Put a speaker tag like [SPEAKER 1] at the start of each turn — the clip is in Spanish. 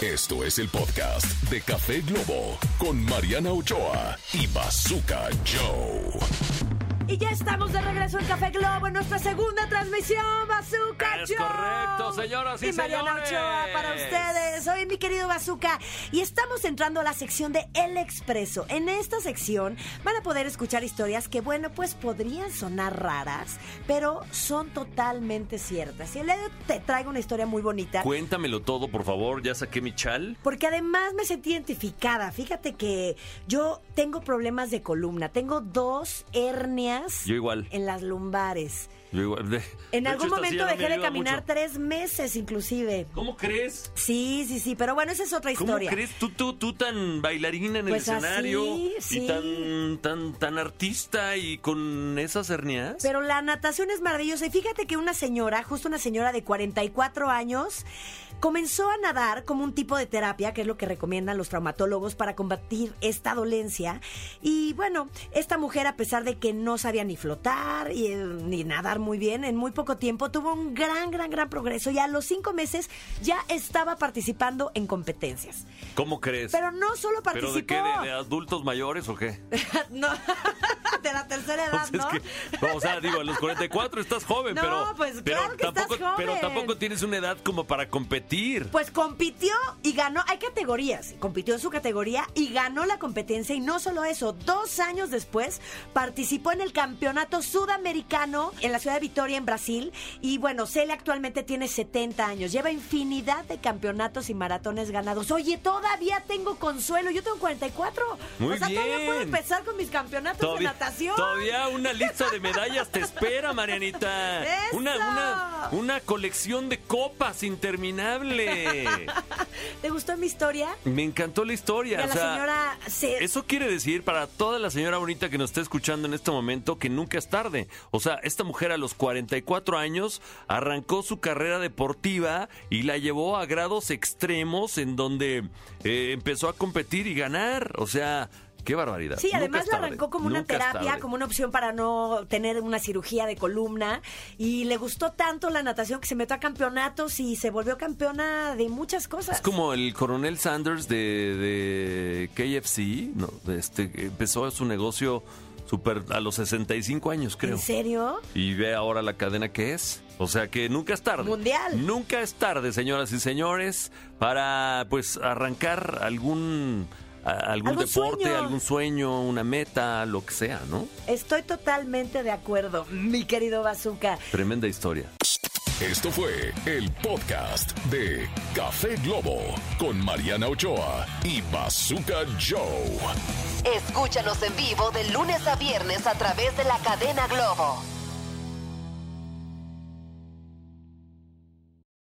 [SPEAKER 1] Esto es el podcast de Café Globo con Mariana Ochoa y Bazooka Joe.
[SPEAKER 2] Y ya estamos de regreso en Café Globo en nuestra segunda transmisión, Bazooka
[SPEAKER 3] Es
[SPEAKER 2] Joe.
[SPEAKER 3] correcto, señoras y
[SPEAKER 2] y Mariana
[SPEAKER 3] señores.
[SPEAKER 2] Ochoa para ustedes. Soy mi querido Bazooka y estamos entrando a la sección de El Expreso. En esta sección van a poder escuchar historias que, bueno, pues podrían sonar raras, pero son totalmente ciertas. Y el día de hoy te traigo una historia muy bonita.
[SPEAKER 3] Cuéntamelo todo, por favor. Ya saqué mi chal.
[SPEAKER 2] Porque además me sentí identificada. Fíjate que yo tengo problemas de columna. Tengo dos hernias
[SPEAKER 3] Yo igual.
[SPEAKER 2] en las lumbares.
[SPEAKER 3] Yo igual. De-
[SPEAKER 2] En
[SPEAKER 3] de
[SPEAKER 2] algún
[SPEAKER 3] hecho, esta
[SPEAKER 2] momento
[SPEAKER 3] silla no me
[SPEAKER 2] dejé de
[SPEAKER 3] ayuda
[SPEAKER 2] caminar
[SPEAKER 3] mucho.
[SPEAKER 2] tres meses, inclusive.
[SPEAKER 3] ¿Cómo crees?
[SPEAKER 2] Sí, sí, sí, pero bueno, esa es otra
[SPEAKER 3] ¿Cómo
[SPEAKER 2] historia.
[SPEAKER 3] crees? Tú, tú, tú tan bailarina en
[SPEAKER 2] Pues
[SPEAKER 3] el
[SPEAKER 2] así,
[SPEAKER 3] escenario
[SPEAKER 2] sí.
[SPEAKER 3] y tan, tan, tan artista y con esas hernias.
[SPEAKER 2] Pero la natación es maravillosa. Y fíjate que una señora, justo una señora de 44 años, comenzó a nadar como un tipo de terapia, que es lo que recomiendan los traumatólogos para combatir esta dolencia. Y bueno, esta mujer, a pesar de que no sabía ni flotar y, eh, ni nadar muy bien, en muy poco tiempo tuvo un gran, gran, gran progreso. Y a los cinco meses ya estaba participando en competencias.
[SPEAKER 3] ¿Cómo crees?
[SPEAKER 2] Pero no solo
[SPEAKER 3] ¿Pero
[SPEAKER 2] participó.
[SPEAKER 3] de qué? ¿De, de adultos mayores o qué?
[SPEAKER 2] No, de la tercera edad,
[SPEAKER 3] Entonces,
[SPEAKER 2] ¿no?
[SPEAKER 3] es que- o sea, digo, a los 44 estás joven,
[SPEAKER 2] No,
[SPEAKER 3] pero.
[SPEAKER 2] pues,
[SPEAKER 3] pero
[SPEAKER 2] claro que estás
[SPEAKER 3] tampoco, Pero
[SPEAKER 2] joven.
[SPEAKER 3] tampoco tienes una edad como para competir.
[SPEAKER 2] Pues compitió y ganó. Hay categorías. Compitió en su categoría y ganó la competencia. Y no solo eso, dos años después participó en el campeonato sudamericano en la ciudad de Vitoria, en Brasil. Y bueno, Celia actualmente tiene 70 años. Lleva infinidad de campeonatos y maratones ganados. Oye, todavía tengo consuelo. Yo tengo 44.
[SPEAKER 3] Muy
[SPEAKER 2] o sea, todavía
[SPEAKER 3] bien.
[SPEAKER 2] puedo empezar con mis campeonatos Pues de natación.
[SPEAKER 3] todavía una lista de medallas te espera, Marianita.
[SPEAKER 2] ¡Eso!
[SPEAKER 3] Una, una, una colección de copas interminable.
[SPEAKER 2] ¿Te gustó mi historia?
[SPEAKER 3] Me encantó la historia.
[SPEAKER 2] Que
[SPEAKER 3] o
[SPEAKER 2] la
[SPEAKER 3] sea,
[SPEAKER 2] señora se
[SPEAKER 3] Eso quiere decir para toda la señora bonita que nos está escuchando en este momento que nunca es tarde. O sea, esta mujer a los 44 años arrancó su carrera deportiva y la llevó a grados extremos en donde eh, empezó a competir y ganar. O sea, qué barbaridad.
[SPEAKER 2] Sí,
[SPEAKER 3] Nunca
[SPEAKER 2] además
[SPEAKER 3] es
[SPEAKER 2] la
[SPEAKER 3] tarde.
[SPEAKER 2] arrancó como una
[SPEAKER 3] Nunca es
[SPEAKER 2] terapia,
[SPEAKER 3] tarde.
[SPEAKER 2] como una opción para no tener una cirugía de columna. Y le gustó tanto la natación que se metió a campeonatos y se volvió campeona de muchas cosas.
[SPEAKER 3] Es como el coronel Sanders de, de KFC, ¿no? Este, empezó su negocio super a los 65 años, creo.
[SPEAKER 2] ¿En serio?
[SPEAKER 3] Y ve ahora la cadena que es. O sea que nunca es tarde.
[SPEAKER 2] Mundial.
[SPEAKER 3] Nunca es tarde, señoras y señores, para pues arrancar algún a- algún,
[SPEAKER 2] Algún
[SPEAKER 3] deporte,
[SPEAKER 2] sueño.
[SPEAKER 3] algún sueño, una meta, lo que sea, ¿no?
[SPEAKER 2] Estoy totalmente de acuerdo, mi querido Bazooka.
[SPEAKER 3] Tremenda historia.
[SPEAKER 1] Esto fue el podcast de Café Globo con Mariana Ochoa y Bazooka Joe.
[SPEAKER 4] Escúchanos en vivo de lunes a viernes a través de la cadena Globo.